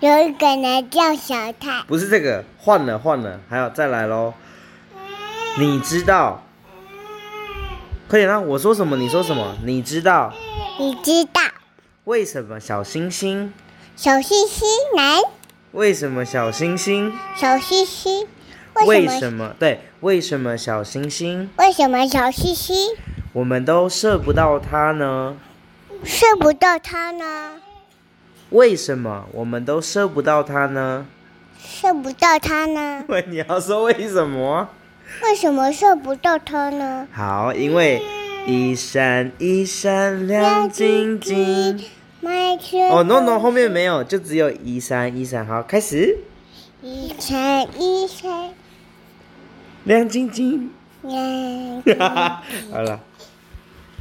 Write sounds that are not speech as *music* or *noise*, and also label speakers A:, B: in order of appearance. A: 有一个人叫小太，
B: 不是这个，换了换了，还有再来喽。你知道？快点啦！我说什么你说什么？你知道
A: 你知道
B: 为什么小星星？
A: 小星星男，
B: 为什么小星星？
A: 小星星
B: 为
A: 为什
B: 什
A: 么
B: 么？对，为什么小星星
A: 为什么小星星
B: 我们都射不到它呢？
A: 射不到它呢？
B: 为什么我们都射不到它呢？
A: 射不到它呢？
B: 喂，你要说为什么？
A: 为什么射不到它呢？
B: 好，因为一闪一闪亮晶晶。
A: 麦克
B: 哦、n o no，后面没有，就只有一闪一闪。好，开始，
A: 一闪一闪
B: 亮晶晶。
A: 亮。
B: *laughs* 好了。